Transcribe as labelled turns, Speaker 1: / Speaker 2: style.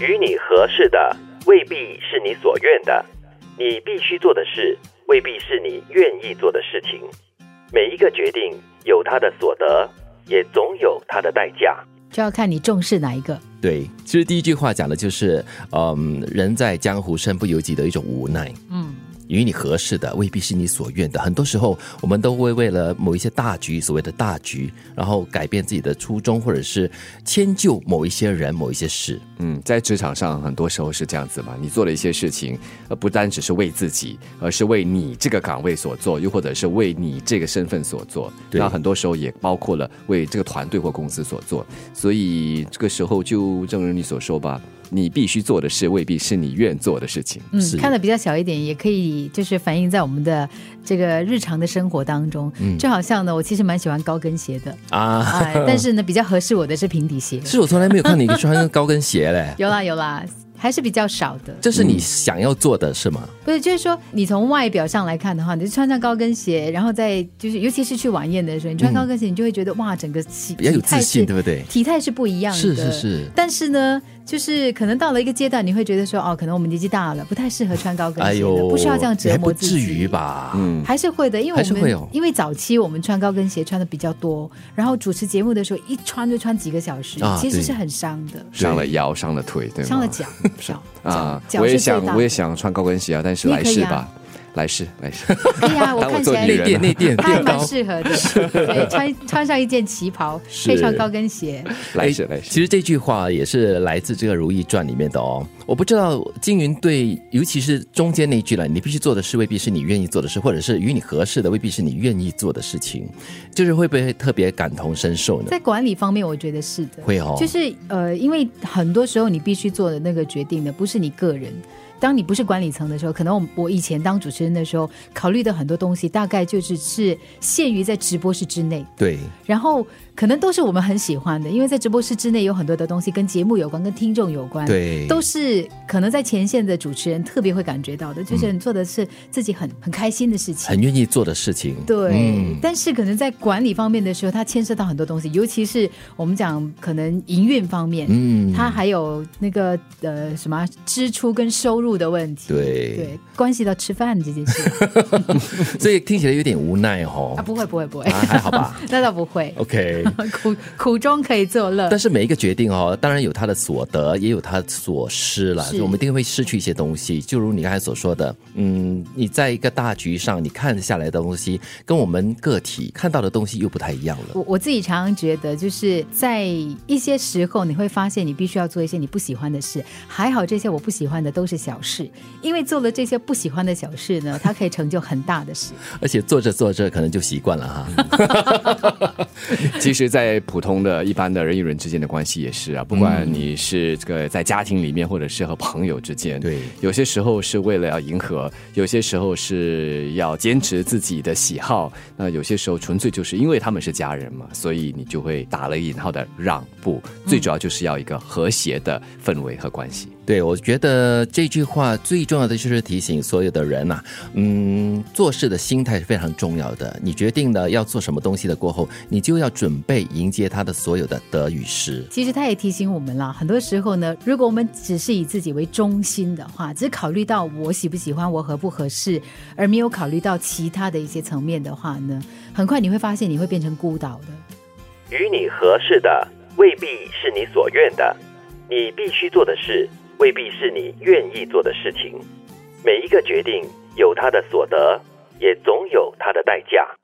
Speaker 1: 与你合适的未必是你所愿的，你必须做的事未必是你愿意做的事情。每一个决定有它的所得，也总有它的代价。
Speaker 2: 就要看你重视哪一个。
Speaker 3: 对，其实第一句话讲的就是，嗯，人在江湖身不由己的一种无奈。
Speaker 2: 嗯，
Speaker 3: 与你合适的未必是你所愿的。很多时候，我们都会为了某一些大局，所谓的大局，然后改变自己的初衷，或者是迁就某一些人、某一些事。
Speaker 4: 嗯，在职场上很多时候是这样子嘛，你做了一些事情，呃，不单只是为自己，而是为你这个岗位所做，又或者是为你这个身份所做。
Speaker 3: 对
Speaker 4: 那很多时候也包括了为这个团队或公司所做。所以这个时候就正如你所说吧，你必须做的事未必是你愿做的事情。
Speaker 2: 嗯
Speaker 3: 是，
Speaker 2: 看的比较小一点，也可以就是反映在我们的这个日常的生活当中。嗯，就好像呢，我其实蛮喜欢高跟鞋 的，
Speaker 3: 啊，
Speaker 2: 哎，但是呢，比较合适我的是平底鞋。，
Speaker 3: 是我从来没有看你穿高跟鞋嘞
Speaker 2: 有啦有啦，还是比较少的。
Speaker 3: 这是你想要做的是吗？
Speaker 2: 不是，就是说你从外表上来看的话，你就穿上高跟鞋，然后再就是，尤其是去晚宴的时候，你穿高跟鞋，你就会觉得、哇，整个体
Speaker 3: 比较哎有自信，
Speaker 2: 体态
Speaker 3: 对
Speaker 2: 是
Speaker 3: 不对？
Speaker 2: 体态是不一样的。
Speaker 3: 是是是。
Speaker 2: 但是呢，就是可能到了一个阶段，你会觉得说，哦，可能我们年纪大了，不太适合穿高跟
Speaker 3: 哎
Speaker 2: 鞋了，
Speaker 3: 呦，
Speaker 2: 不需要这样折
Speaker 3: 你还
Speaker 2: 磨
Speaker 3: 不
Speaker 2: 自己。
Speaker 3: 至于吧？
Speaker 4: 嗯，
Speaker 2: 还是会的，因为
Speaker 3: 还
Speaker 2: 我
Speaker 3: 是
Speaker 2: 们
Speaker 3: 会哦
Speaker 2: 因为早期我们穿高跟鞋穿的比较多，然后主持节目的时候一穿就穿几个小时，
Speaker 3: 啊
Speaker 2: 其实
Speaker 3: 对
Speaker 2: 是很伤的，
Speaker 4: 伤了腰，伤了腿，对吗？
Speaker 2: 伤了 脚，脚
Speaker 4: 啊！
Speaker 2: 脚
Speaker 4: 我也
Speaker 2: 是最
Speaker 4: 想
Speaker 2: 大，的
Speaker 4: 我也想穿高跟鞋啊，但是
Speaker 2: 你也
Speaker 4: 来
Speaker 2: 可以
Speaker 4: 世
Speaker 2: 啊
Speaker 4: 吧，来世 来世。
Speaker 2: 可以啊，我
Speaker 4: 当我
Speaker 2: 看起
Speaker 4: 做
Speaker 2: 来
Speaker 4: 女
Speaker 3: 内
Speaker 4: 人
Speaker 3: 垫 内 垫
Speaker 2: 他还
Speaker 3: 垫
Speaker 2: 蛮
Speaker 3: 高。
Speaker 2: 适合的， 对，穿穿上一件旗袍，配上高跟鞋，
Speaker 4: 来是
Speaker 3: 哎
Speaker 4: 来是
Speaker 3: 其实这句话也是来自这个《如懿传》里面的哦。我不知道金云对，尤其是中间那一句了，你必须做的事未必是你愿意做的事，或者是与你合适的未必是你愿意做的事情，就是会不会特别感同身受呢？
Speaker 2: 在管理方面，我觉得是的，
Speaker 3: 会哦，
Speaker 2: 就是呃，因为很多时候你必须做的那个决定的不是你个人。当你不是管理层的时候，可能我我以前当主持人的时候，考虑的很多东西大概就只是限于在直播室之内，
Speaker 3: 对，
Speaker 2: 然后可能都是我们很喜欢的，因为在直播室之内有很多的东西跟节目有关，跟听众有关，
Speaker 3: 对
Speaker 2: 都是可能在前线的主持人特别会感觉到的，
Speaker 3: 嗯
Speaker 2: 就是你做的是自己很很开心的事情，
Speaker 3: 很愿意做的事情。
Speaker 2: 对，
Speaker 3: 嗯
Speaker 2: 但是可能在管理方面的时候，它牵涉到很多东西，尤其是我们讲可能营运方面，
Speaker 3: 嗯
Speaker 2: 它还有那个呃什么支出跟收入的问题，
Speaker 3: 对
Speaker 2: 对，关系到吃饭这件 事
Speaker 3: 所以听起来有点无奈哦。
Speaker 2: 啊，不会不会不会，
Speaker 3: 啊还好吧
Speaker 2: 那倒不会，
Speaker 3: ，OK。
Speaker 2: 苦苦中可以作乐
Speaker 3: 啊但。是每一个决定哦，当然有他的所得，也有他所失了，
Speaker 2: 是
Speaker 3: 所以我们一定会失去一些东西。就如你刚才所说的，嗯，你在一个大局上，你看下来的东西，跟我们个体看到的东西又不太一样了。
Speaker 2: 我我自己常常觉得，就是在一些时候，你会发现你必须要做一些你不喜欢的事。还好这些我不喜欢的都是小事，因为做了这些不喜欢的小事呢，它可以成就很大的事。
Speaker 3: 而且做着做着，可能就习惯了哈。
Speaker 4: 其实，在普通的一般的人与人之间的关系也是啊，不管你是这个在家庭里面，或者是和朋友之 间，
Speaker 3: 对
Speaker 4: 有些时候是为了要迎合，有些时候是要坚持自己的喜好，那有些时候纯粹就是因为他们是家人嘛，所以你就会打了引号的让步，最主要就是要一个和谐的氛围和关系。
Speaker 3: 对，我觉得这句话最重要的就是提醒所有的人呐、嗯，做事的心态是非常重要的。你决定了要做什么东西的过后，你就要准备迎接他的所有的得与失。
Speaker 2: 其实他也提醒我们啦，很多时候呢，如果我们只是以自己为中心的话，只考虑到我喜不喜欢，我合不合适，而没有考虑到其他的一些层面的话呢，很快你会发现你会变成孤岛的。
Speaker 1: 与你合适的未必是你所愿的，你必须做的事未必是你愿意做的事情。每一个决定有它的所得，也总有它的代价。